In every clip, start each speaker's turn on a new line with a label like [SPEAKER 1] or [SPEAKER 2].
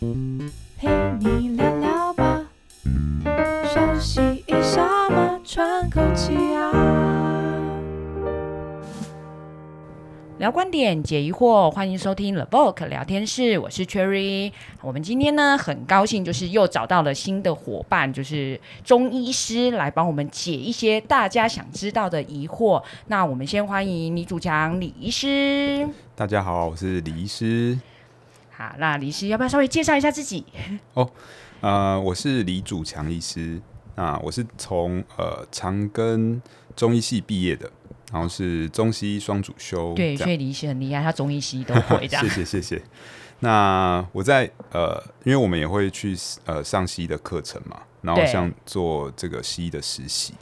[SPEAKER 1] 陪你聊聊吧，休息一下嘛，喘口气啊。
[SPEAKER 2] 聊观点，解疑惑，欢迎收听 The Vogue 聊天室，我是 Cherry。我们今天呢，很高兴就是又找到了新的伙伴，就是中医师来帮我们解一些大家想知道的疑惑。那我们先欢迎李祖强李医师。
[SPEAKER 3] 大家好，我是李医师。
[SPEAKER 2] 好，那李医师要不要稍微介绍一下自己？
[SPEAKER 3] 呃，我是李祖强医师。那我是从呃长庚中医系毕业的，然后是中西医双主修。
[SPEAKER 2] 对，
[SPEAKER 3] 这
[SPEAKER 2] 所
[SPEAKER 3] 样
[SPEAKER 2] 以李医师很厉害，他中医西医都会这样
[SPEAKER 3] 哦 谢。谢谢谢。那我在呃，因为我们也会去呃上西医的课程嘛，然后
[SPEAKER 2] 对
[SPEAKER 3] 像做这个西医的实习。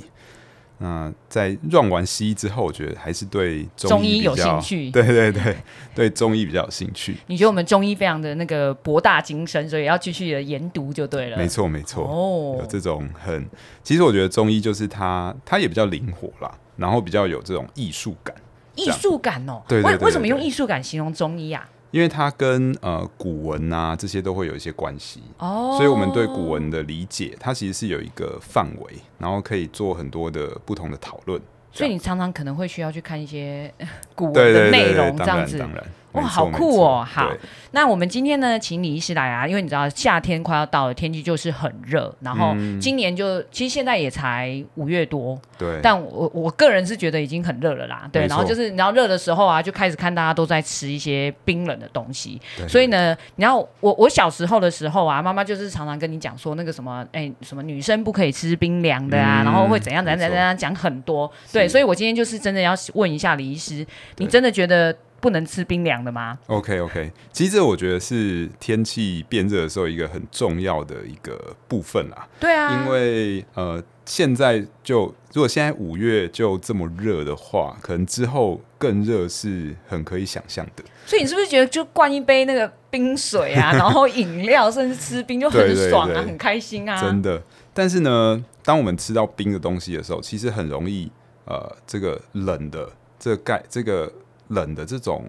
[SPEAKER 3] 那在 run 完西医之后，我觉得还是对
[SPEAKER 2] 中医
[SPEAKER 3] 医比
[SPEAKER 2] 有
[SPEAKER 3] 较
[SPEAKER 2] 兴趣
[SPEAKER 3] 对对对，对中医比较有兴趣。
[SPEAKER 2] 你觉得我们中医非常的那个博大精深，所以要继续的研读就对了。
[SPEAKER 3] 没，错没错。有
[SPEAKER 2] 哦，
[SPEAKER 3] 这种很，其实我觉得中医就是它，它也比较灵活啦，然后比较有这种艺术感，
[SPEAKER 2] 艺术感哦。
[SPEAKER 3] 对对对
[SPEAKER 2] 为为什么
[SPEAKER 3] 对
[SPEAKER 2] 用
[SPEAKER 3] 对
[SPEAKER 2] 艺术感形容中医啊？
[SPEAKER 3] 因为它跟呃古文啊这些都会有一些关系，
[SPEAKER 2] 哦，
[SPEAKER 3] 所以我们对古文的理解，它其实是有一个范围，然后可以做很多的不同的讨论。
[SPEAKER 2] 所以你常常可能会需要去看一些 呃古文
[SPEAKER 3] 对
[SPEAKER 2] 的
[SPEAKER 3] 对
[SPEAKER 2] 内
[SPEAKER 3] 对
[SPEAKER 2] 容，这
[SPEAKER 3] 对，当
[SPEAKER 2] 样
[SPEAKER 3] 然
[SPEAKER 2] 子。
[SPEAKER 3] 当然，
[SPEAKER 2] 哇
[SPEAKER 3] 没错
[SPEAKER 2] 好
[SPEAKER 3] 没
[SPEAKER 2] 酷
[SPEAKER 3] 错
[SPEAKER 2] 哦好
[SPEAKER 3] 对
[SPEAKER 2] 那我们今天呢，请李医师来啊，因为你知道夏天快要到了，天气就是很热，然后
[SPEAKER 3] 嗯
[SPEAKER 2] 今年就、其实现在也才五月多，
[SPEAKER 3] 对，
[SPEAKER 2] 但我我个人是觉得已经很热了啦，对，
[SPEAKER 3] 没
[SPEAKER 2] 然后
[SPEAKER 3] 错
[SPEAKER 2] 就是你知道热的时候啊，就开始看大家都在吃一些冰冷的东西，
[SPEAKER 3] 对
[SPEAKER 2] 所以呢，你要我我小时候的时候啊，妈妈就是常常跟你讲说那个什么，哎，什么女生不可以吃冰凉的啊，
[SPEAKER 3] 嗯
[SPEAKER 2] 然后会怎样怎样
[SPEAKER 3] 没错
[SPEAKER 2] 怎样怎样讲很多，对，
[SPEAKER 3] 是
[SPEAKER 2] 所以我今天就是真的要问一下李医师，你
[SPEAKER 3] 对
[SPEAKER 2] 真的觉得不能吃冰凉的吗？
[SPEAKER 3] OK OK，其实这我觉得是天气变热的时候一个很重要的一个部分啦。
[SPEAKER 2] 对啊，
[SPEAKER 3] 因为呃，现在就如果现在五月就这么热的话，可能之后更热是很可以想象的。
[SPEAKER 2] 所以你是不是觉得就灌一杯那个冰水 啊，然后饮料甚至吃冰就很
[SPEAKER 3] 对对
[SPEAKER 2] 爽啊，
[SPEAKER 3] 对
[SPEAKER 2] 很开心啊，
[SPEAKER 3] 真的。但是呢，当我们吃到冰的东西的时候，其实很容易呃，这个冷的这个盖这个冷的这种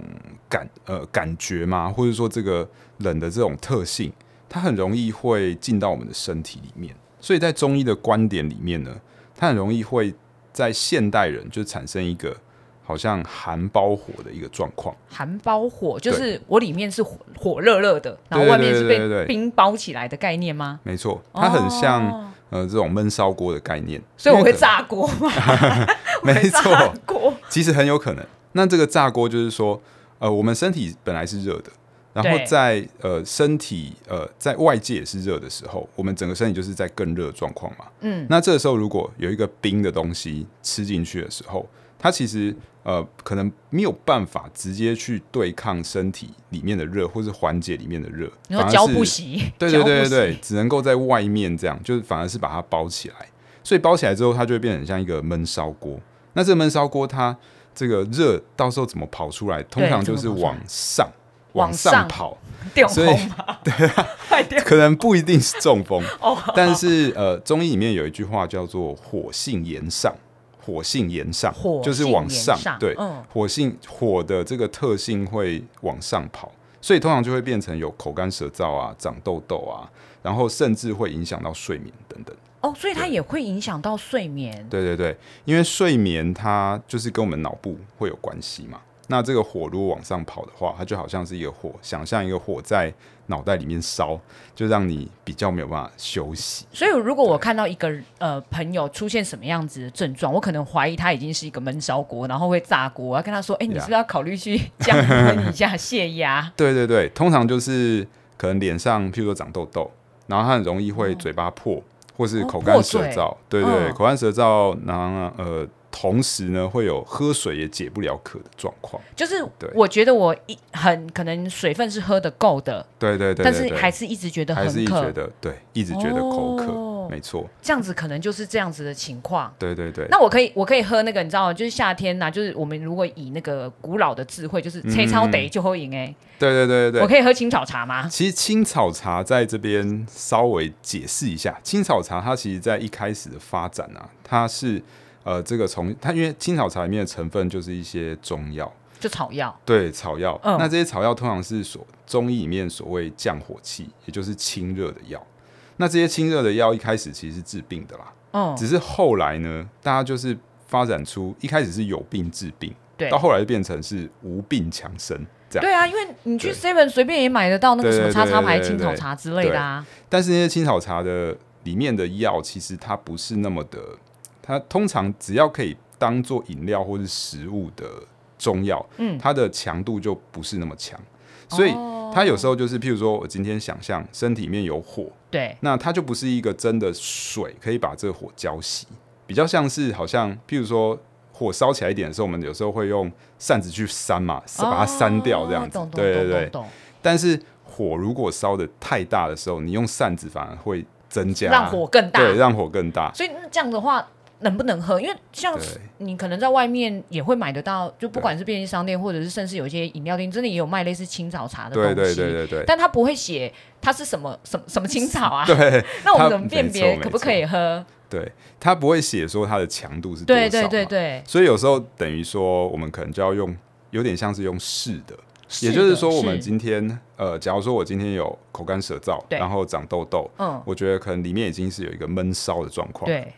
[SPEAKER 3] 感呃感觉嘛，或者说这个冷的这种特性，它很容易会进到我们的身体里面。所以在中医的观点里面呢，它很容易会在现代人就产生一个好像含包火的一个状况。
[SPEAKER 2] 含包火，就是我里面是火火热热的，然后
[SPEAKER 3] 对对
[SPEAKER 2] 外面是
[SPEAKER 3] 对对
[SPEAKER 2] 被
[SPEAKER 3] 对
[SPEAKER 2] 冰包起来的概念吗？
[SPEAKER 3] 没错，它很像、
[SPEAKER 2] 哦
[SPEAKER 3] 呃这种闷烧锅的概念，
[SPEAKER 2] 所以我
[SPEAKER 3] 因为
[SPEAKER 2] 会
[SPEAKER 3] 可
[SPEAKER 2] 炸锅嘛，
[SPEAKER 3] 没
[SPEAKER 2] 我会炸
[SPEAKER 3] 错，
[SPEAKER 2] 锅，
[SPEAKER 3] 其实很有可能。那这个炸锅就是说，呃，我们身体本来是热的，然
[SPEAKER 2] 对
[SPEAKER 3] 后在呃身体呃在外界也是热的时候，我们整个身体就是在更热的状况嘛。
[SPEAKER 2] 嗯，
[SPEAKER 3] 那这时候如果有一个冰的东西吃进去的时候，它其实呃可能没有办法直接去对抗身体里面的热，或是缓解里面的热，
[SPEAKER 2] 你说
[SPEAKER 3] 反而
[SPEAKER 2] 浇
[SPEAKER 3] 是
[SPEAKER 2] 不洗，
[SPEAKER 3] 对对
[SPEAKER 2] 浇不
[SPEAKER 3] 对对
[SPEAKER 2] 洗
[SPEAKER 3] 对，，只能够在外面这样，就是反而是把它包起来。所以包起来之后，它就会变成像一个焖烧锅。那这个焖烧锅，它这个热到时候怎么跑出来？通常就是往上
[SPEAKER 2] 往
[SPEAKER 3] 往
[SPEAKER 2] 上
[SPEAKER 3] 上跑，
[SPEAKER 2] 电
[SPEAKER 3] 所以
[SPEAKER 2] 烘嘛， 对啊，电
[SPEAKER 3] 可能不一定是中风
[SPEAKER 2] 哦，
[SPEAKER 3] 但是呃，中医里面有一句话叫做“火性炎上”，火性炎上
[SPEAKER 2] 火
[SPEAKER 3] 就是
[SPEAKER 2] 性
[SPEAKER 3] 往
[SPEAKER 2] 炎
[SPEAKER 3] 上，
[SPEAKER 2] 上
[SPEAKER 3] 对，
[SPEAKER 2] 嗯
[SPEAKER 3] 火性火的这个特性会往上跑，所以通常就会变成有口干舌燥啊、长痘痘啊，然后甚至会影响到睡眠等等。
[SPEAKER 2] 哦，所以它也会影响到睡眠，
[SPEAKER 3] 对对对，因为睡眠它就是跟我们脑部会有关系嘛。那这个火如果往上跑的话，它就好像是一个火，想象一个火在脑袋里面烧，就让你比较没有办法休息。
[SPEAKER 2] 所以如果我看到一个呃朋友出现什么样子的症状，我可能怀疑他已经是一个闷烧锅，然后会炸锅，我要跟他说，哎，你是
[SPEAKER 3] Yeah
[SPEAKER 2] 不是要考虑去降温一下泄压？
[SPEAKER 3] 对对对，通常就是可能脸上，譬如说长痘痘，然后它很容易会嘴巴破，或是
[SPEAKER 2] 嗯哦破
[SPEAKER 3] 口干舌
[SPEAKER 2] 嘴
[SPEAKER 3] 燥。对对对，
[SPEAKER 2] 嗯
[SPEAKER 3] 口干舌燥，然后呃，同时呢会有喝水也解不了渴的状况。
[SPEAKER 2] 就是
[SPEAKER 3] 对
[SPEAKER 2] 我觉得我一很可能水分是喝得够的，
[SPEAKER 3] 对对对对
[SPEAKER 2] 但
[SPEAKER 3] 对
[SPEAKER 2] 是还是一直觉得
[SPEAKER 3] 还是
[SPEAKER 2] 很
[SPEAKER 3] 一
[SPEAKER 2] 渴
[SPEAKER 3] 觉，得对，一直觉得口渴，
[SPEAKER 2] 哦
[SPEAKER 3] 没错。
[SPEAKER 2] 这样子可能就是这样子的情况。
[SPEAKER 3] 对对对，
[SPEAKER 2] 那我可以，我可以喝那个，你知道吗？就是夏天呐、就是我们如果以那个古老的智慧，就是
[SPEAKER 3] 嗯
[SPEAKER 2] 切超得就喝饮哎，
[SPEAKER 3] 对对对对
[SPEAKER 2] 我
[SPEAKER 3] 对。
[SPEAKER 2] 可以喝青草茶吗？
[SPEAKER 3] 其实青草茶在这边稍微解释一下，青草茶它其实在一开始的发展啊，它是呃这个从它因为青草茶里面的成分就是一些中药，
[SPEAKER 2] 就草药。
[SPEAKER 3] 对，草药。
[SPEAKER 2] 嗯
[SPEAKER 3] 那这些草药通常是所中医里面所谓降火气，也就是清热的药。那这些清热的药一开始其实是治病的啦，
[SPEAKER 2] 嗯，
[SPEAKER 3] 只是后来呢，大家就是发展出一开始是有病治病，
[SPEAKER 2] 对
[SPEAKER 3] 到后来就变成是无病强身这样。
[SPEAKER 2] 对啊，因为你去
[SPEAKER 3] 对
[SPEAKER 2] Seven 随便也买得到那个
[SPEAKER 3] 对
[SPEAKER 2] 什么
[SPEAKER 3] 对
[SPEAKER 2] 叉叉牌
[SPEAKER 3] 对对
[SPEAKER 2] 青草
[SPEAKER 3] 对
[SPEAKER 2] 茶之类的啊。
[SPEAKER 3] 但是那些青草茶的里面的药，其实它不是那么的，它通常只要可以当做饮料或是食物的中药，
[SPEAKER 2] 嗯
[SPEAKER 3] 它的强度就不是那么强，所以
[SPEAKER 2] 哦
[SPEAKER 3] 它有时候就是，譬如说我今天想象身体里面有火，
[SPEAKER 2] 对，
[SPEAKER 3] 那它就不是一个真的水可以把这个火浇熄，比较像是好像譬如说。火烧起来一点的时候，我们有时候会用扇子去扇嘛，把它扇掉这样子。
[SPEAKER 2] 哦懂懂
[SPEAKER 3] 对对
[SPEAKER 2] 懂
[SPEAKER 3] 对
[SPEAKER 2] 懂，懂
[SPEAKER 3] 但是火如果烧的太大的时候，你用扇子反而会增加
[SPEAKER 2] 让火更大。
[SPEAKER 3] 对，让火更大。
[SPEAKER 2] 所以这样的话，能不能喝？因为像
[SPEAKER 3] 对
[SPEAKER 2] 你可能在外面也会买得到，就不管是便利商店，或者是甚至有一些饮料店，真的也有卖类似青草茶的东
[SPEAKER 3] 对
[SPEAKER 2] 西。
[SPEAKER 3] 对对对对
[SPEAKER 2] 但它不会写它是什么什么什么青草啊？
[SPEAKER 3] 对
[SPEAKER 2] 那我们
[SPEAKER 3] 它
[SPEAKER 2] 怎么辨
[SPEAKER 3] 没错
[SPEAKER 2] 别
[SPEAKER 3] 没
[SPEAKER 2] 可不可以喝？
[SPEAKER 3] 对，它不会写说它的强度是多少
[SPEAKER 2] 对
[SPEAKER 3] 嘛。
[SPEAKER 2] 对对对，
[SPEAKER 3] 所以有时候等于说，我们可能就要用，有点像是用试的，
[SPEAKER 2] 是
[SPEAKER 3] 也就是
[SPEAKER 2] 的
[SPEAKER 3] 说，我们
[SPEAKER 2] 是
[SPEAKER 3] 今天呃，假如说我今天有口干舌燥，
[SPEAKER 2] 对
[SPEAKER 3] 然后长痘痘，
[SPEAKER 2] 嗯
[SPEAKER 3] 我觉得可能里面已经是有一个闷烧的状况。，
[SPEAKER 2] 对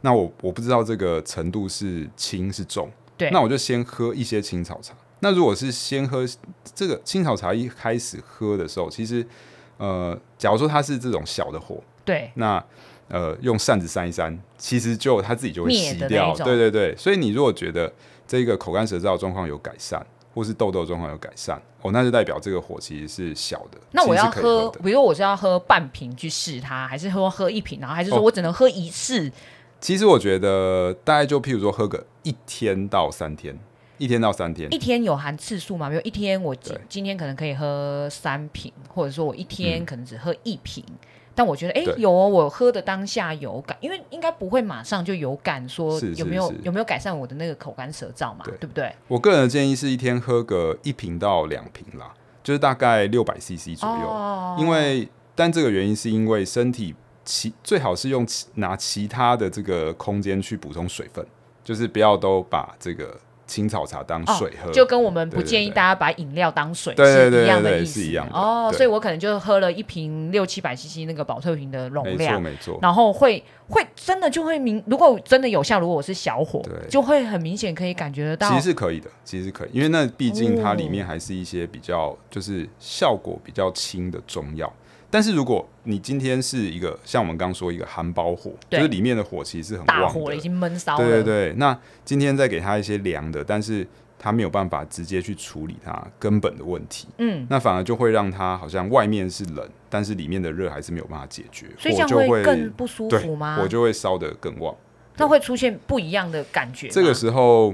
[SPEAKER 3] 那我我不知道这个程度是轻是重。
[SPEAKER 2] 对，
[SPEAKER 3] 那我就先喝一些青草茶。那如果是先喝这个青草茶，一开始喝的时候，其实呃，假如说它是这种小的火，
[SPEAKER 2] 对
[SPEAKER 3] 那呃用扇子扇一扇，其实就它自己就会
[SPEAKER 2] 灭
[SPEAKER 3] 熄
[SPEAKER 2] 的那
[SPEAKER 3] 掉。
[SPEAKER 2] 一种
[SPEAKER 3] 对对对，所以你如果觉得这个口干舌燥的状况有改善，或是痘痘的状况有改善，哦，那就代表这个火其实是小的。
[SPEAKER 2] 那我
[SPEAKER 3] 其实
[SPEAKER 2] 要
[SPEAKER 3] 是可以喝
[SPEAKER 2] 喝，
[SPEAKER 3] 的
[SPEAKER 2] 比如我是要喝半瓶去试它，还是说喝一瓶，然后还是说
[SPEAKER 3] 哦
[SPEAKER 2] 我只能喝一次？
[SPEAKER 3] 其实我觉得大概就譬如说喝个一天到三天，一天到三天
[SPEAKER 2] 一。天有含次数吗？比如一天我今
[SPEAKER 3] 对
[SPEAKER 2] 今天可能可以喝三瓶，或者说我一天可能只喝一瓶。但我觉得，哎、
[SPEAKER 3] 嗯对
[SPEAKER 2] 有哦，我喝的当下有感，因为应该不会马上就有感，说
[SPEAKER 3] 是是
[SPEAKER 2] 有没有
[SPEAKER 3] 是
[SPEAKER 2] 有没有改善我的那个口干舌燥嘛，
[SPEAKER 3] 对
[SPEAKER 2] 对不对？
[SPEAKER 3] 我个人的建议是一天喝个一瓶到两瓶啦，就是大概六百 CC 左右。
[SPEAKER 2] 哦
[SPEAKER 3] 因为但这个原因是因为身体其最好是用其拿其他的这个空间去补充水分，就是不要都把这个青草茶当水喝。
[SPEAKER 2] 哦，就跟我们
[SPEAKER 3] 对
[SPEAKER 2] 不
[SPEAKER 3] 对
[SPEAKER 2] 建议
[SPEAKER 3] 呃对
[SPEAKER 2] 大家把饮料当水
[SPEAKER 3] 对对
[SPEAKER 2] 是一
[SPEAKER 3] 对
[SPEAKER 2] 样的
[SPEAKER 3] 对
[SPEAKER 2] 意
[SPEAKER 3] 对
[SPEAKER 2] 思
[SPEAKER 3] 是一样的
[SPEAKER 2] 哦，
[SPEAKER 3] 对
[SPEAKER 2] 所以我可能就喝了一瓶六七百 CC 那个保特瓶的容
[SPEAKER 3] 没错
[SPEAKER 2] 量，
[SPEAKER 3] 没错，
[SPEAKER 2] 然后会会真的就会明，如果真的有效，如果我是小火，
[SPEAKER 3] 对
[SPEAKER 2] 就会很明显可以感觉得到
[SPEAKER 3] 其实是可以的，其实是可以，因为那毕竟它里面
[SPEAKER 2] 哦
[SPEAKER 3] 还是一些比较就是效果比较轻的中药。但是如果你今天是一个像我们刚说一个含包火，
[SPEAKER 2] 对
[SPEAKER 3] 就是里面的火其实是很
[SPEAKER 2] 大
[SPEAKER 3] 旺
[SPEAKER 2] 火
[SPEAKER 3] 的
[SPEAKER 2] 了，已经闷烧了。
[SPEAKER 3] 对对对，那今天再给他一些凉的，但是他没有办法直接去处理它根本的问题，
[SPEAKER 2] 嗯，
[SPEAKER 3] 那反而就会让他好像外面是冷，但是里面的热还是没有办法解决，
[SPEAKER 2] 所以这样
[SPEAKER 3] 火就
[SPEAKER 2] 会
[SPEAKER 3] 会
[SPEAKER 2] 更不舒
[SPEAKER 3] 对
[SPEAKER 2] 服吗？
[SPEAKER 3] 火就会烧得更旺。
[SPEAKER 2] 那会出现不一样的感觉吗。
[SPEAKER 3] 这个时候，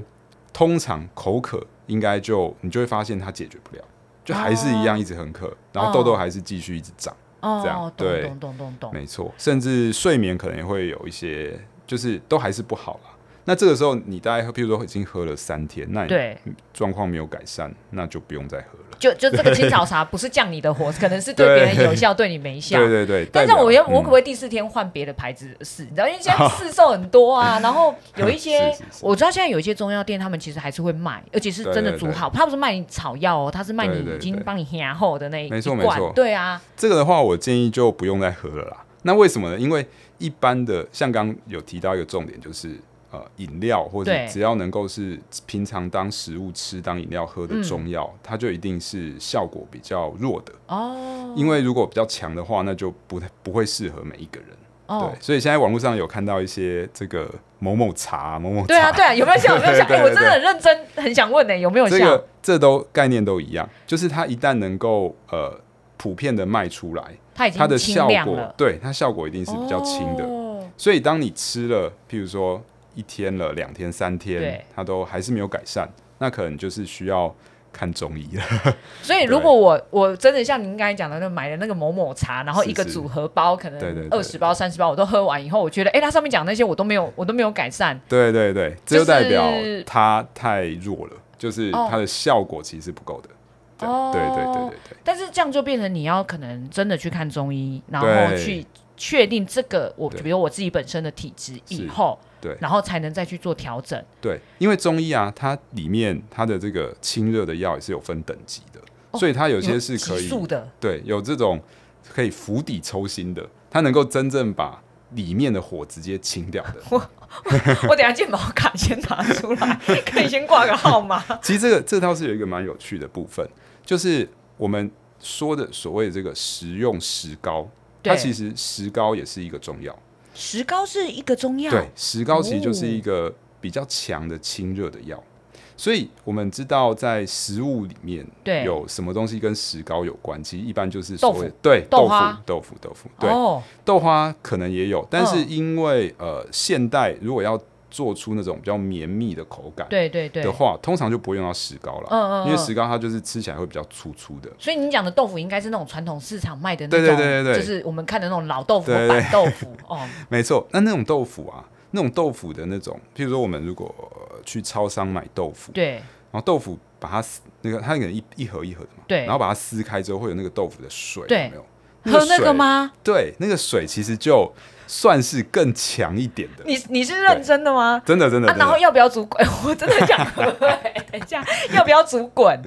[SPEAKER 3] 通常口渴应该就你就会发现它解决不了，就还是一样一直很渴，然后痘痘还是继续一直长，这样
[SPEAKER 2] 哦，懂
[SPEAKER 3] 对
[SPEAKER 2] 懂懂懂懂。
[SPEAKER 3] 没错，甚至睡眠可能也会有一些，就是都还是不好啦。那这个时候，你大概喝，譬如说已经喝了三天，那你
[SPEAKER 2] 对，
[SPEAKER 3] 状况没有改善，那就不用再喝了。
[SPEAKER 2] 就就这个青草茶不是降你的火，可能是对别人有效，对你没效。
[SPEAKER 3] 对对对，
[SPEAKER 2] 但是
[SPEAKER 3] 代表
[SPEAKER 2] 我要我可不
[SPEAKER 3] 嗯
[SPEAKER 2] 可以第四天换别的牌子的试？你知道，因为现在市售很多 啊，然后有一些
[SPEAKER 3] 是是是
[SPEAKER 2] 我知道现在有一些中药店，他们其实还是会卖，而且是真的煮好，他不是卖你草药哦，他是卖
[SPEAKER 3] 对
[SPEAKER 2] 你
[SPEAKER 3] 对
[SPEAKER 2] 已经
[SPEAKER 3] 对
[SPEAKER 2] 帮你压后的那一
[SPEAKER 3] 没错
[SPEAKER 2] 一
[SPEAKER 3] 没
[SPEAKER 2] 罐
[SPEAKER 3] 错
[SPEAKER 2] 对啊，
[SPEAKER 3] 这个的话，我建议就不用再喝了啦。那为什么呢？因为一般的像刚刚有提到一个重点，就是呃，饮料或者
[SPEAKER 2] 对
[SPEAKER 3] 只要能够是平常当食物吃、当饮料喝的中
[SPEAKER 2] 嗯
[SPEAKER 3] 药，它就一定是效果比较弱的。
[SPEAKER 2] 哦
[SPEAKER 3] 因为如果比较强的话，那就不太不会适合每一个人。
[SPEAKER 2] 哦
[SPEAKER 3] 对，，所以现在网络上有看到一些这个某某茶、某某茶，
[SPEAKER 2] 对啊对啊，有没有效？有没有效？
[SPEAKER 3] 对对
[SPEAKER 2] 哎，我真的
[SPEAKER 3] 对
[SPEAKER 2] 很认真，很想问呢，有没有
[SPEAKER 3] 这
[SPEAKER 2] 效？
[SPEAKER 3] 个这都概念都一样，就是它一旦能够呃普遍的卖出来，
[SPEAKER 2] 它已
[SPEAKER 3] 它的
[SPEAKER 2] 经清
[SPEAKER 3] 效
[SPEAKER 2] 亮
[SPEAKER 3] 果
[SPEAKER 2] 了，
[SPEAKER 3] 对它效果一定是比较轻的。
[SPEAKER 2] 哦
[SPEAKER 3] 所以当你吃了，譬如说一天了、两天、三
[SPEAKER 2] 对
[SPEAKER 3] 天，它都还是没有改善，那可能就是需要看中医 了。
[SPEAKER 2] 所以如果我我真的像您刚才讲的，那买了那个某某茶，然后一个
[SPEAKER 3] 是是
[SPEAKER 2] 组合包，可
[SPEAKER 3] 对对
[SPEAKER 2] 能
[SPEAKER 3] 对
[SPEAKER 2] 二十包、三十包，我都喝完以后，我觉得，哎，它上面讲那些我都没有，我都没有改善。
[SPEAKER 3] 对对对，这
[SPEAKER 2] 就是
[SPEAKER 3] 就代表它太弱了，就是
[SPEAKER 2] 哦
[SPEAKER 3] 它的效果其实不够的。对
[SPEAKER 2] 哦
[SPEAKER 3] 对对对对对。
[SPEAKER 2] 但是这样就变成你要可能真的去看中医，然后
[SPEAKER 3] 对
[SPEAKER 2] 去确定这个我，
[SPEAKER 3] 对
[SPEAKER 2] 比如我自己本身的体质以
[SPEAKER 3] 是
[SPEAKER 2] 后，
[SPEAKER 3] 对
[SPEAKER 2] 然后才能再去做调整。
[SPEAKER 3] 对，因为中医啊，它里面它的这个清热的药也是有分等级的，
[SPEAKER 2] 哦
[SPEAKER 3] 所以它有些是可
[SPEAKER 2] 激
[SPEAKER 3] 以
[SPEAKER 2] 素的，
[SPEAKER 3] 对，有这种可以釜底抽薪的，它能够真正把里面的火直接清掉的。
[SPEAKER 2] 我等一下健保卡先拿出来，可以先挂个号码。
[SPEAKER 3] 其实这个这倒是有一个蛮有趣的部分，就是我们说的所谓这个食用石膏，它
[SPEAKER 2] 对
[SPEAKER 3] 其实石膏也是一个中药。
[SPEAKER 2] 石膏是一个中药，
[SPEAKER 3] 对，石膏其实
[SPEAKER 2] 哦
[SPEAKER 3] 就是一个比较强的清热的药。所以我们知道，在食物里面
[SPEAKER 2] 对
[SPEAKER 3] 有什么东西跟石膏有关，其实一般就是所谓
[SPEAKER 2] 豆腐
[SPEAKER 3] 对
[SPEAKER 2] 豆
[SPEAKER 3] 豆腐
[SPEAKER 2] 花、
[SPEAKER 3] 豆腐、豆腐，对，
[SPEAKER 2] 哦，
[SPEAKER 3] 豆花可能也有，但是
[SPEAKER 2] 嗯
[SPEAKER 3] 因为、呃，现代如果要做出那种比较绵密的口感
[SPEAKER 2] 对对对
[SPEAKER 3] 的。话，通常就不会用到石膏了，
[SPEAKER 2] 嗯嗯嗯
[SPEAKER 3] 因为石膏它就是吃起来会比较粗粗的。
[SPEAKER 2] 所以你讲的豆腐应该是那种传统市场卖的那种，
[SPEAKER 3] 对对对对对
[SPEAKER 2] 就是我们看的那种老豆腐、
[SPEAKER 3] 对对对
[SPEAKER 2] 板豆腐哦，
[SPEAKER 3] 没错，那那种豆腐啊，那种豆腐的那种，譬如说我们如果、呃去超商买豆腐，
[SPEAKER 2] 对
[SPEAKER 3] 然后豆腐把它撕那个，它可能一一盒一盒的嘛，
[SPEAKER 2] 对
[SPEAKER 3] 然后把它撕开之后会有那个豆腐的水，
[SPEAKER 2] 对
[SPEAKER 3] 有没有？
[SPEAKER 2] 喝那个
[SPEAKER 3] 水？
[SPEAKER 2] 吗？
[SPEAKER 3] 对，那个水其实就算是更强一点的，
[SPEAKER 2] 你你是认真的吗？
[SPEAKER 3] 真的真的
[SPEAKER 2] 啊，
[SPEAKER 3] 真的。
[SPEAKER 2] 然后要不要煮滚？ 我真的想喝、欸，等一下要不要煮滚？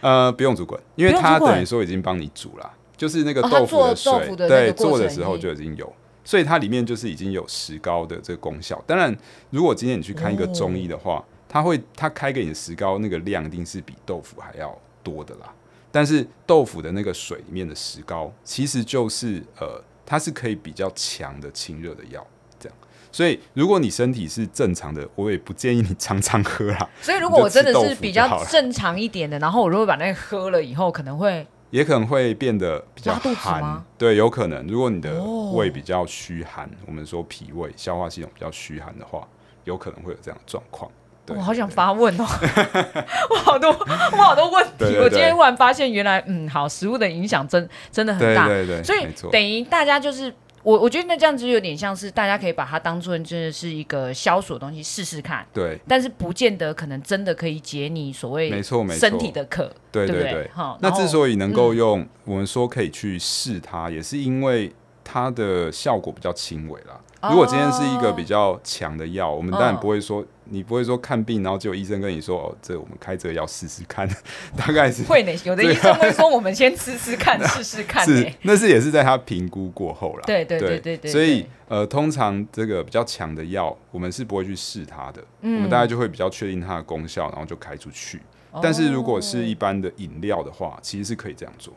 [SPEAKER 3] 呃，不用煮滚，因为
[SPEAKER 2] 不用
[SPEAKER 3] 它
[SPEAKER 2] 煮滚
[SPEAKER 3] 等于说已经帮你煮啦，就是那个
[SPEAKER 2] 哦它
[SPEAKER 3] 豆腐的水，
[SPEAKER 2] 做豆腐的那
[SPEAKER 3] 对，
[SPEAKER 2] 个过
[SPEAKER 3] 做的
[SPEAKER 2] 程
[SPEAKER 3] 时候
[SPEAKER 2] 已
[SPEAKER 3] 就已经有，所以它里面就是已经有石膏的这个功效。当然，如果今天你去看一个中医的话，它会它开给你的石膏那个量一定是比豆腐还要多的啦。但是豆腐的那个水里面的石膏，其实就是呃，它是可以比较强的清热的药，这样。所以如果你身体是正常的，我也不建议你常常喝啦，
[SPEAKER 2] 所以如果我真的
[SPEAKER 3] 你就吃
[SPEAKER 2] 是
[SPEAKER 3] 豆腐
[SPEAKER 2] 比
[SPEAKER 3] 就好
[SPEAKER 2] 较
[SPEAKER 3] 了
[SPEAKER 2] 正常一点的，然后我如果把那个喝了以后，可能会
[SPEAKER 3] 也可能会变得比较
[SPEAKER 2] 拉肚子
[SPEAKER 3] 寒
[SPEAKER 2] 吗，
[SPEAKER 3] 对，有可能。如果你的
[SPEAKER 2] 哦
[SPEAKER 3] 胃比较虚寒，我们说脾胃、消化系统比较虚寒的话，有可能会有这样的状况。对，
[SPEAKER 2] 我好想
[SPEAKER 3] 对
[SPEAKER 2] 发问哦， 我好多我好多问题。哦
[SPEAKER 3] 对对对
[SPEAKER 2] 我今天忽然发现，原来嗯，好，食物的影响真真的很
[SPEAKER 3] 对
[SPEAKER 2] 大，
[SPEAKER 3] 对对，
[SPEAKER 2] 所
[SPEAKER 3] 没错
[SPEAKER 2] 以等于大家就是。我我觉得那这样子有点像是大家可以把它当做真的是一个消暑的东西试试看，
[SPEAKER 3] 对
[SPEAKER 2] 但是不见得可能真的可以解你所谓
[SPEAKER 3] 没错没错
[SPEAKER 2] 身体的渴，
[SPEAKER 3] 对
[SPEAKER 2] 对不
[SPEAKER 3] 对
[SPEAKER 2] 对
[SPEAKER 3] 对
[SPEAKER 2] 好。
[SPEAKER 3] 那
[SPEAKER 2] 然后嗯
[SPEAKER 3] 之所以能够用，我们说可以去试它，也是因为它的效果比较轻微啦。
[SPEAKER 2] 哦
[SPEAKER 3] 如果今天是一个比较强的药，我们当然
[SPEAKER 2] 嗯
[SPEAKER 3] 不会说，你不会说看病，然后结果医生跟你说，哦，这我们开这个药试试看， 大概是
[SPEAKER 2] 会呢，有的医生会说我们先吃吃看，试试看、
[SPEAKER 3] 是
[SPEAKER 2] 欸，，
[SPEAKER 3] 那是也是在他评估过后啦。
[SPEAKER 2] 对对对对对
[SPEAKER 3] 所以
[SPEAKER 2] 对
[SPEAKER 3] 呃，通常这个比较强的药，我们是不会去试它的，
[SPEAKER 2] 嗯
[SPEAKER 3] 我们大概就会比较确定它的功效，然后就开出去。但是如果
[SPEAKER 2] 哦
[SPEAKER 3] 是一般的饮料的话，其实是可以这样做。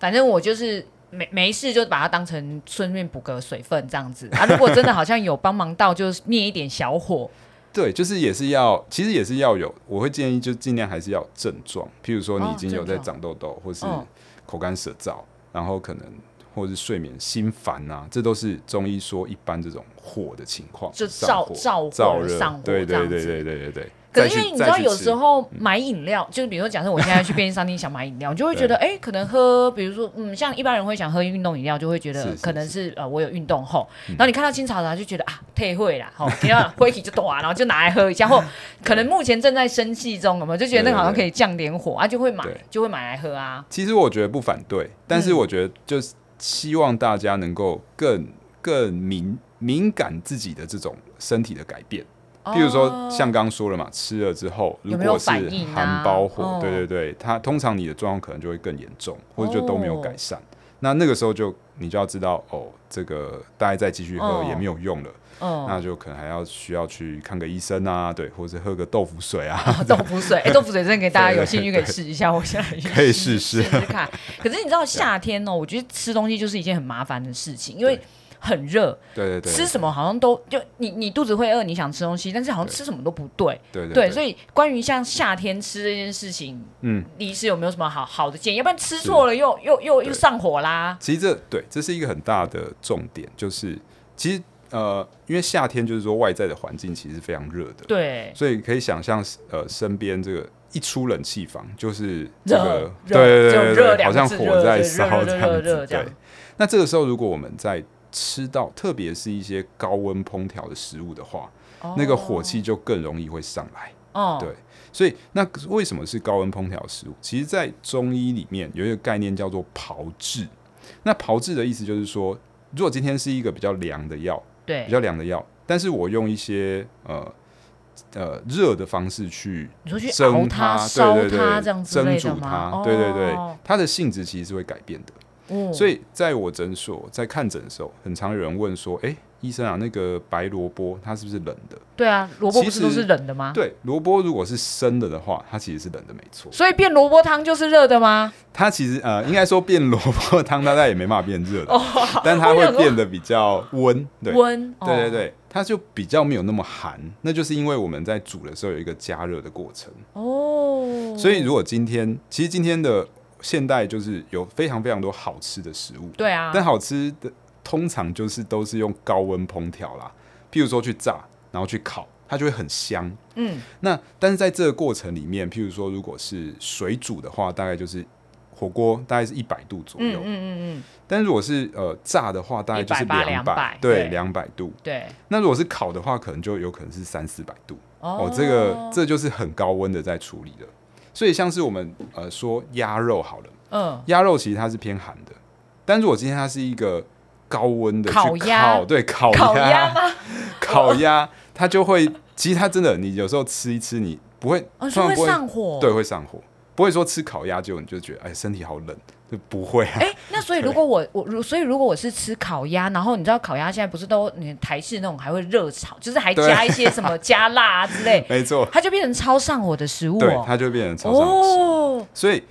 [SPEAKER 2] 反正我就是没没事，就把它当成顺便补个水分这样子啊。如果真的好像有帮忙到，就是灭一点小火，
[SPEAKER 3] 对，就是也是要，其实也是要有，我会建议就尽量还是要有症状，譬如说你
[SPEAKER 2] 哦
[SPEAKER 3] 已经有在
[SPEAKER 2] 症状
[SPEAKER 3] 长痘痘，或是
[SPEAKER 2] 嗯
[SPEAKER 3] 口干舌燥，然后可能或是睡眠心烦啊，这都是中医说一般这种火的情况，
[SPEAKER 2] 就
[SPEAKER 3] 上火
[SPEAKER 2] 燥燥火
[SPEAKER 3] 燥热
[SPEAKER 2] 上火，
[SPEAKER 3] 对
[SPEAKER 2] 这
[SPEAKER 3] 对
[SPEAKER 2] 样
[SPEAKER 3] 对
[SPEAKER 2] 子
[SPEAKER 3] 对对对对。
[SPEAKER 2] 可
[SPEAKER 3] 再
[SPEAKER 2] 是
[SPEAKER 3] 去
[SPEAKER 2] 因为你知
[SPEAKER 3] 再
[SPEAKER 2] 道，
[SPEAKER 3] 去
[SPEAKER 2] 有
[SPEAKER 3] 吃
[SPEAKER 2] 时候买饮料，就比如说，假设我现在去便利商店想买饮料，你就会觉得，哎、可能喝，比如说，嗯，像一般人会想喝运动饮料，就会觉得
[SPEAKER 3] 是是嗯
[SPEAKER 2] 可能是呃，我有运动后，然后你看到清茶茶就觉得啊，退会啦，吼，你要灰起就短，然后就拿来喝一 下，或可能目前正在生气中，有没有？就觉得那个好像可以降点火啊，就会买
[SPEAKER 3] 对，
[SPEAKER 2] 就会买来喝啊。
[SPEAKER 3] 其实我觉得不反对，但是
[SPEAKER 2] 嗯
[SPEAKER 3] 我觉得就是希望大家能够更更敏敏感自己的这种身体的改变。譬如说，
[SPEAKER 2] 哦
[SPEAKER 3] 像刚刚说了嘛，吃了之后，
[SPEAKER 2] 有
[SPEAKER 3] 如
[SPEAKER 2] 没有
[SPEAKER 3] 果是
[SPEAKER 2] 反应啊
[SPEAKER 3] 含包火，
[SPEAKER 2] 哦
[SPEAKER 3] 对对对，它通常你的状况可能就会更严重，或者就都没有改善。那那个时候就你就要知道，哦，这个大家再继续喝
[SPEAKER 2] 哦
[SPEAKER 3] 也没有用了，
[SPEAKER 2] 嗯，
[SPEAKER 3] 那就可能还要需要去看个医生啊，对，或者喝个豆腐水啊，
[SPEAKER 2] 豆腐水，哎、豆腐水真的给大家
[SPEAKER 3] 对
[SPEAKER 2] 有兴趣可以试一下，我现在
[SPEAKER 3] 可以试试
[SPEAKER 2] 试试看。可是你知道夏天哦，我觉得吃东西就是一件很麻烦的事情，因为
[SPEAKER 3] 对
[SPEAKER 2] 很热。
[SPEAKER 3] 对对对，
[SPEAKER 2] 吃什么好像都就你你肚子会饿，你想吃东西，但是好像
[SPEAKER 3] 对
[SPEAKER 2] 吃什么都不对。
[SPEAKER 3] 对对
[SPEAKER 2] 对，所
[SPEAKER 3] 以
[SPEAKER 2] 以关于像夏天吃这件事情，
[SPEAKER 3] 嗯，
[SPEAKER 2] 你是有没有什么好好的建议？要不然吃错了又又又又
[SPEAKER 3] 对
[SPEAKER 2] 上火啦。
[SPEAKER 3] 其实这对这是一个很大的重点，就是其实呃，因为夏天就是说外在的环境其实是非常热的，
[SPEAKER 2] 对，
[SPEAKER 3] 所以可以想象呃身边这个一出冷气房就是这个
[SPEAKER 2] 热
[SPEAKER 3] 对对
[SPEAKER 2] 热
[SPEAKER 3] 对
[SPEAKER 2] 热
[SPEAKER 3] 对对，
[SPEAKER 2] 两
[SPEAKER 3] 好
[SPEAKER 2] 个
[SPEAKER 3] 像
[SPEAKER 2] 字
[SPEAKER 3] 火在
[SPEAKER 2] 热
[SPEAKER 3] 烧
[SPEAKER 2] 热
[SPEAKER 3] 这
[SPEAKER 2] 热热
[SPEAKER 3] 样
[SPEAKER 2] 热
[SPEAKER 3] 子。
[SPEAKER 2] 这样
[SPEAKER 3] 对，那这个时候如果我们在吃到特别是一些高温烹调的食物的话，那个火气就更容易会上来。
[SPEAKER 2] 哦，
[SPEAKER 3] 对，所以那为什么是高温烹调食物？其实，在中医里面有一个概念叫做炮制。那炮制的意思就是说，如果今天是一个比较凉的药，
[SPEAKER 2] 对
[SPEAKER 3] 比，较凉的药，但是我用一些呃呃热的方式去
[SPEAKER 2] 你说去熬
[SPEAKER 3] 蒸
[SPEAKER 2] 它、烧
[SPEAKER 3] 对
[SPEAKER 2] 它
[SPEAKER 3] 对对，
[SPEAKER 2] 这样之
[SPEAKER 3] 蒸
[SPEAKER 2] 类
[SPEAKER 3] 煮
[SPEAKER 2] 的
[SPEAKER 3] 它，
[SPEAKER 2] 吗？
[SPEAKER 3] 对对对，
[SPEAKER 2] 哦
[SPEAKER 3] 它的性质其实是会改变的。
[SPEAKER 2] 哦
[SPEAKER 3] 所以在我诊所在看诊的时候，很常有人问说：“哎、医生啊，那个白萝卜它是不是冷的
[SPEAKER 2] 对啊，萝卜
[SPEAKER 3] 其
[SPEAKER 2] 不是都
[SPEAKER 3] 实
[SPEAKER 2] 是冷的？”吗？
[SPEAKER 3] 对，萝卜如果是生的的话，它其实是冷的，没错。
[SPEAKER 2] 所以变萝卜汤就是热的吗？
[SPEAKER 3] 它其实呃，应该说变萝卜汤，大概也没办法变热的，
[SPEAKER 2] 哦，
[SPEAKER 3] 但它
[SPEAKER 2] 我
[SPEAKER 3] 会
[SPEAKER 2] 想说
[SPEAKER 3] 变得比较温。对，
[SPEAKER 2] 温，哦
[SPEAKER 3] 对对，对，它就比较没有那么寒。那就是因为我们在煮的时候有一个加热的过程。
[SPEAKER 2] 哦，
[SPEAKER 3] 所以如果今天，其实今天的现代就是有非常非常多好吃的食物，
[SPEAKER 2] 对啊，
[SPEAKER 3] 但好吃的通常就是都是用高温烹调啦，譬如说去炸，然后去烤，它就会很香。
[SPEAKER 2] 嗯，
[SPEAKER 3] 那但是在这个过程里面，譬如说如果是水煮的话，大概就是火锅大概是一百度左
[SPEAKER 2] 嗯
[SPEAKER 3] 右，
[SPEAKER 2] 嗯嗯嗯，
[SPEAKER 3] 但如果是呃炸的话，大概就是
[SPEAKER 2] 180
[SPEAKER 3] 两
[SPEAKER 2] 200
[SPEAKER 3] 对，
[SPEAKER 2] 对
[SPEAKER 3] 两百度。
[SPEAKER 2] 对，
[SPEAKER 3] 那如果是烤的话，可能就有可能是三四百度。
[SPEAKER 2] 哦
[SPEAKER 3] 哦，这个这就是很高温的在处理的。所以像是我们呃说鸭肉好了，
[SPEAKER 2] 嗯，
[SPEAKER 3] 鸭肉其实它是偏寒的，但如果今天它是一个高温的去
[SPEAKER 2] 烤鸭
[SPEAKER 3] 烤对烤
[SPEAKER 2] 烤鸭
[SPEAKER 3] 鸭，
[SPEAKER 2] 吗？
[SPEAKER 3] 烤鸭它就会，其实它真的，你有时候吃一吃，你不会，
[SPEAKER 2] 哦，
[SPEAKER 3] 通
[SPEAKER 2] 是
[SPEAKER 3] 常
[SPEAKER 2] 会
[SPEAKER 3] 不会，
[SPEAKER 2] 上火，
[SPEAKER 3] 对，。会上火，不会说吃烤鸭就你就觉得哎身体好冷，就不会啊，
[SPEAKER 2] 哎，那所以如果我我如所以如果我是吃烤鸭，然后你知道烤鸭现在不是都你台式那种还会热炒，就是还
[SPEAKER 3] 对
[SPEAKER 2] 加一些什么加辣啊之 类，
[SPEAKER 3] 没错，
[SPEAKER 2] 它就变成超上火的食物
[SPEAKER 3] 对，
[SPEAKER 2] 哦。
[SPEAKER 3] 它就变成超上火。
[SPEAKER 2] 哦，
[SPEAKER 3] 所以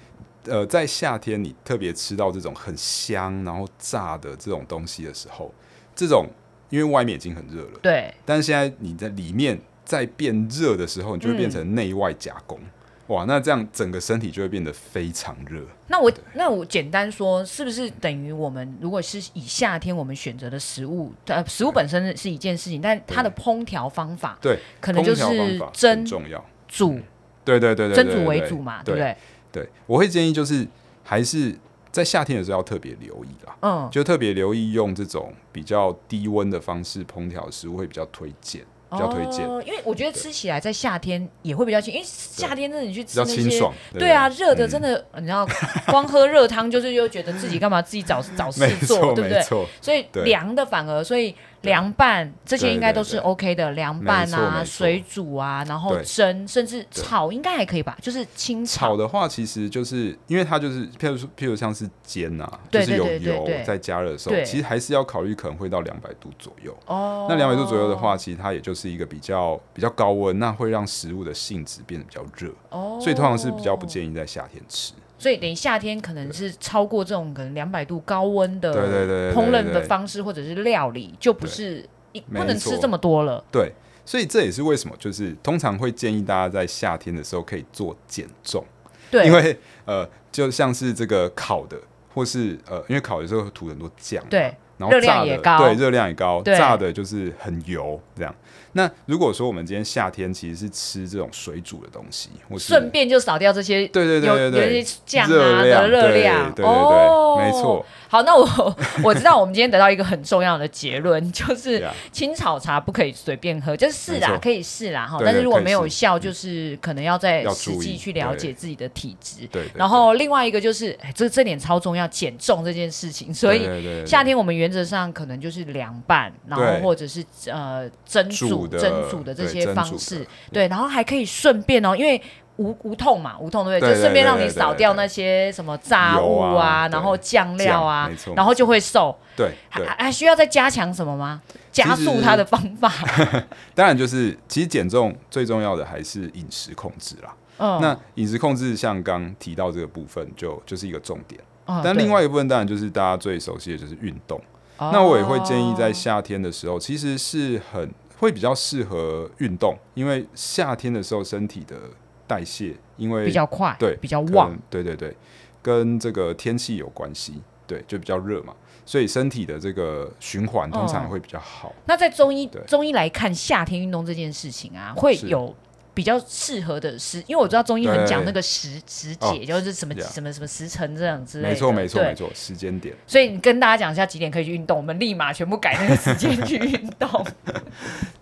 [SPEAKER 3] 呃，在夏天你特别吃到这种很香然后炸的这种东西的时候，这种因为外面已经很热了，
[SPEAKER 2] 对，
[SPEAKER 3] 但是现在你在里面再变热的时候，你就会变成内外夹攻。哇，那这样整个身体就会变得非常热。
[SPEAKER 2] 那我那我简单说，是不是等于我们如果是以夏天我们选择的食物，呃，食物本身是一件事情，但它的烹调方法
[SPEAKER 3] 对，
[SPEAKER 2] 可能就是
[SPEAKER 3] 烹调方法
[SPEAKER 2] 蒸
[SPEAKER 3] 很重要。
[SPEAKER 2] 煮
[SPEAKER 3] 对对对对，
[SPEAKER 2] 蒸
[SPEAKER 3] 对
[SPEAKER 2] 煮为主嘛，对
[SPEAKER 3] 对
[SPEAKER 2] 不？对？
[SPEAKER 3] 对，我会建议就是还是在夏天的时候要特别留意啦，
[SPEAKER 2] 嗯，
[SPEAKER 3] 就特别留意用这种比较低温的方式烹调的食物会比较推荐，比较推荐，
[SPEAKER 2] 哦，因为我觉得吃起来在夏天也会比较清，因为夏天真的你去
[SPEAKER 3] 比
[SPEAKER 2] 吃
[SPEAKER 3] 较
[SPEAKER 2] 那
[SPEAKER 3] 清
[SPEAKER 2] 些。
[SPEAKER 3] 爽。
[SPEAKER 2] 对啊，热的真
[SPEAKER 3] 的
[SPEAKER 2] 的，你知道，光喝热汤就是又觉得自己干嘛自己找找
[SPEAKER 3] 没
[SPEAKER 2] 事做，
[SPEAKER 3] 错
[SPEAKER 2] 对不
[SPEAKER 3] 没
[SPEAKER 2] 对？
[SPEAKER 3] 错，
[SPEAKER 2] 所以
[SPEAKER 3] 对
[SPEAKER 2] 凉的反而，所以凉拌这些应该都是
[SPEAKER 3] 对对
[SPEAKER 2] OK 的，凉拌
[SPEAKER 3] 没错
[SPEAKER 2] 啊、
[SPEAKER 3] 没错
[SPEAKER 2] 水煮啊，然后
[SPEAKER 3] 对
[SPEAKER 2] 蒸，甚至
[SPEAKER 3] 对
[SPEAKER 2] 炒应该还可以吧，就是清
[SPEAKER 3] 炒的话，其实就是因为它就是，譬如说，譬如像是煎啊，就
[SPEAKER 2] 对
[SPEAKER 3] 是有
[SPEAKER 2] 对对对
[SPEAKER 3] 油
[SPEAKER 2] 对
[SPEAKER 3] 在加热的时候，
[SPEAKER 2] 对
[SPEAKER 3] 其实还是要考虑可能会到两百度左右。
[SPEAKER 2] 哦。
[SPEAKER 3] 那两百度左右的话，，其实它也就是一个比较比较高温，那会让食物的性质变得比较热，
[SPEAKER 2] 哦，
[SPEAKER 3] 所以通常是比较不。建议在夏天吃。
[SPEAKER 2] 所以等于夏天可能是超过这种可能两百度高温的
[SPEAKER 3] 对对对对对
[SPEAKER 2] 烹饪的
[SPEAKER 3] 对
[SPEAKER 2] 方式或者是料理，就不
[SPEAKER 3] 对
[SPEAKER 2] 是一
[SPEAKER 3] 没
[SPEAKER 2] 不能吃
[SPEAKER 3] 错
[SPEAKER 2] 这么多了。
[SPEAKER 3] 对，所以这也是为什么就是通常会建议大家在夏天的时候可以做减重，
[SPEAKER 2] 对，
[SPEAKER 3] 因为呃，就像是这个烤的，或是呃，因为烤的时候会涂很多酱嘛，
[SPEAKER 2] 对
[SPEAKER 3] 然
[SPEAKER 2] 热
[SPEAKER 3] 后
[SPEAKER 2] 量
[SPEAKER 3] 炸的
[SPEAKER 2] 也高
[SPEAKER 3] 对，热量也高，
[SPEAKER 2] 对
[SPEAKER 3] 炸的就是很油这样。那如果说我们今天夏天其实是吃这种水煮的东西，或是
[SPEAKER 2] 顺便就少掉这些
[SPEAKER 3] 对对
[SPEAKER 2] 有
[SPEAKER 3] 对对
[SPEAKER 2] 有
[SPEAKER 3] 对
[SPEAKER 2] 一，些酱啊
[SPEAKER 3] 热
[SPEAKER 2] 的
[SPEAKER 3] 量
[SPEAKER 2] 热量，
[SPEAKER 3] 对对对对
[SPEAKER 2] 哦，
[SPEAKER 3] 没错。
[SPEAKER 2] 好，那我 我知道我们今天得到一个很重要的结 论，就是
[SPEAKER 3] 呀
[SPEAKER 2] 青草茶不可以随便喝，就是试
[SPEAKER 3] 啊没
[SPEAKER 2] 啦，
[SPEAKER 3] 错
[SPEAKER 2] 可以试啦哈，
[SPEAKER 3] 对对
[SPEAKER 2] 但是如果
[SPEAKER 3] 可以
[SPEAKER 2] 没有
[SPEAKER 3] 试嗯
[SPEAKER 2] 效，就是可能要再
[SPEAKER 3] 要
[SPEAKER 2] 实
[SPEAKER 3] 注
[SPEAKER 2] 际
[SPEAKER 3] 意
[SPEAKER 2] 去了
[SPEAKER 3] 对
[SPEAKER 2] 解自己的体质。
[SPEAKER 3] 对对对
[SPEAKER 2] 然后另外一个就是，哎这这点超重要，减重这件事情，所以
[SPEAKER 3] 对对对对
[SPEAKER 2] 夏天我们原则上可能就是凉拌，然后
[SPEAKER 3] 对
[SPEAKER 2] 或者是呃蒸煮、
[SPEAKER 3] 煮的
[SPEAKER 2] 蒸煮的这
[SPEAKER 3] 对
[SPEAKER 2] 些
[SPEAKER 3] 蒸
[SPEAKER 2] 方
[SPEAKER 3] 煮的
[SPEAKER 2] 式，对，然后还可以顺便哦，因为无无痛嘛，无痛对不对？
[SPEAKER 3] 对
[SPEAKER 2] 就顺便
[SPEAKER 3] 对
[SPEAKER 2] 让
[SPEAKER 3] 对
[SPEAKER 2] 你
[SPEAKER 3] 对
[SPEAKER 2] 少
[SPEAKER 3] 对
[SPEAKER 2] 掉
[SPEAKER 3] 对
[SPEAKER 2] 那些什么炸物
[SPEAKER 3] 油
[SPEAKER 2] 啊，
[SPEAKER 3] 啊
[SPEAKER 2] 然后
[SPEAKER 3] 对
[SPEAKER 2] 酱料啊
[SPEAKER 3] 酱没错，
[SPEAKER 2] 然后就会瘦。
[SPEAKER 3] 对
[SPEAKER 2] 还
[SPEAKER 3] 对，
[SPEAKER 2] 还需要再加强什么吗？
[SPEAKER 3] 其实
[SPEAKER 2] 加速它的方法。
[SPEAKER 3] 当然就是其实减重最重要的还是饮食控制啦。
[SPEAKER 2] 嗯，
[SPEAKER 3] 那饮食控制像刚提到这个部分就就是一个重点，
[SPEAKER 2] 嗯
[SPEAKER 3] 但另
[SPEAKER 2] 对
[SPEAKER 3] 外一个部分当然就是大家最熟悉的就是运动。
[SPEAKER 2] 哦
[SPEAKER 3] 那我也会建议在夏天的时候，其实是很会比较适合运动，因为夏天的时候身体的代谢因为
[SPEAKER 2] 比较快，
[SPEAKER 3] 对
[SPEAKER 2] 比较
[SPEAKER 3] 可
[SPEAKER 2] 旺
[SPEAKER 3] 能，对对对，跟这个天气有关系，对，就比较热嘛，所以身体的这个循环通
[SPEAKER 2] 嗯
[SPEAKER 3] 常会比较好。
[SPEAKER 2] 那在中医
[SPEAKER 3] 对
[SPEAKER 2] 中医来看，夏天运动这件事情啊，会
[SPEAKER 3] 是
[SPEAKER 2] 有比较适合的时，因为我知道中医很讲
[SPEAKER 3] 对
[SPEAKER 2] 那个时时
[SPEAKER 3] 哦
[SPEAKER 2] 节，就是什么
[SPEAKER 3] yeah
[SPEAKER 2] 什么什么时辰这样之类的。
[SPEAKER 3] 没错没错
[SPEAKER 2] 对
[SPEAKER 3] 没。错，时间点。
[SPEAKER 2] 所以你跟大家讲一下几点可以去运动，我们立马全部改那个时间去运 动。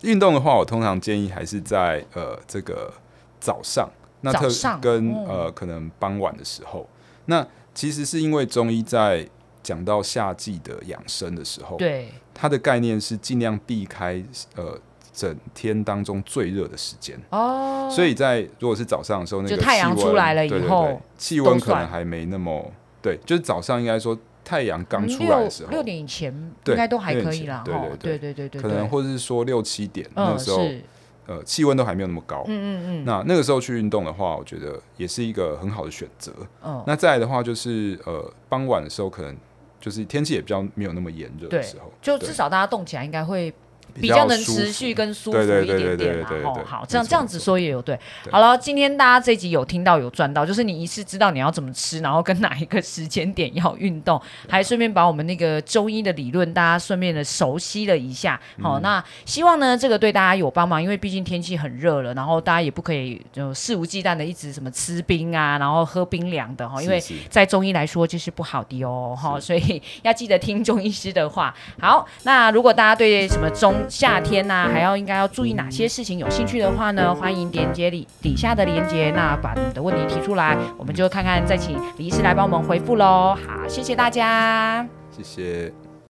[SPEAKER 3] 运动的话，我通常建议还是在呃这个早上，那
[SPEAKER 2] 早
[SPEAKER 3] 特
[SPEAKER 2] 上
[SPEAKER 3] 跟、
[SPEAKER 2] 哦
[SPEAKER 3] 呃可能傍晚的时候。那其实是因为中医在讲到夏季的养生的时候，
[SPEAKER 2] 对，
[SPEAKER 3] 它的概念是尽量避开呃整天当中最热的时间。
[SPEAKER 2] 哦，
[SPEAKER 3] 所以在如果是早上的时候，那个
[SPEAKER 2] 就太阳
[SPEAKER 3] 气温
[SPEAKER 2] 出来了以
[SPEAKER 3] 对对对
[SPEAKER 2] 后
[SPEAKER 3] 气温
[SPEAKER 2] 都
[SPEAKER 3] 可能
[SPEAKER 2] 算
[SPEAKER 3] 还没那么对，就是早上应该说太阳刚
[SPEAKER 2] 嗯
[SPEAKER 3] 出来
[SPEAKER 2] 六
[SPEAKER 3] 的时候，
[SPEAKER 2] 六点以前应
[SPEAKER 3] 对
[SPEAKER 2] 该都还
[SPEAKER 3] 六点
[SPEAKER 2] 可
[SPEAKER 3] 以
[SPEAKER 2] 以
[SPEAKER 3] 前
[SPEAKER 2] 啦，
[SPEAKER 3] 对
[SPEAKER 2] 吼对
[SPEAKER 3] 对对
[SPEAKER 2] 对对对，
[SPEAKER 3] 可能或者是说六七点、那
[SPEAKER 2] 嗯
[SPEAKER 3] 时候，
[SPEAKER 2] 是，
[SPEAKER 3] 呃，气温都还没有那么高。
[SPEAKER 2] 嗯嗯嗯，
[SPEAKER 3] 那那个时候去运动的话，我觉得也是一个很好的选择。
[SPEAKER 2] 嗯
[SPEAKER 3] 那再来的话，就是呃，傍晚的时候可能就是天气也比较没有那么炎热
[SPEAKER 2] 对
[SPEAKER 3] 的时候，
[SPEAKER 2] 就
[SPEAKER 3] 对
[SPEAKER 2] 至少大家动起来应该会比
[SPEAKER 3] 比
[SPEAKER 2] 较能
[SPEAKER 3] 舒
[SPEAKER 2] 持
[SPEAKER 3] 服
[SPEAKER 2] 续跟舒服
[SPEAKER 3] 对对
[SPEAKER 2] 一
[SPEAKER 3] 对
[SPEAKER 2] 点
[SPEAKER 3] 对
[SPEAKER 2] 点
[SPEAKER 3] 对
[SPEAKER 2] 啦
[SPEAKER 3] 对。对
[SPEAKER 2] 哦
[SPEAKER 3] 对，
[SPEAKER 2] 好，
[SPEAKER 3] 没
[SPEAKER 2] 这样
[SPEAKER 3] 错
[SPEAKER 2] 这样
[SPEAKER 3] 没
[SPEAKER 2] 子
[SPEAKER 3] 错
[SPEAKER 2] 说也有对。
[SPEAKER 3] 对
[SPEAKER 2] 好了，今天大家这一集有听到有赚到，就是你一次知道你要怎么吃，然后跟哪一个时间点要运动，还顺便把我们那个中医的理论大家顺便的熟悉了一下。
[SPEAKER 3] 嗯
[SPEAKER 2] 好，那希望呢这个对大家有帮忙，因为毕竟天气很热了，然后大家也不可以就肆无忌惮的一直什么吃冰啊，然后喝冰凉的哈，因为
[SPEAKER 3] 是是
[SPEAKER 2] 在中医来说这是不好的哦，哈，所以要记得听中医师的话。好，那如果大家对什么中夏天呐、还要应该要注意哪些事情有兴趣的话呢，欢迎连接里底下的连接，那把你的问题提出来，我们就看看再请李医师来帮我们回复喽。好，谢谢大家。
[SPEAKER 3] 谢谢。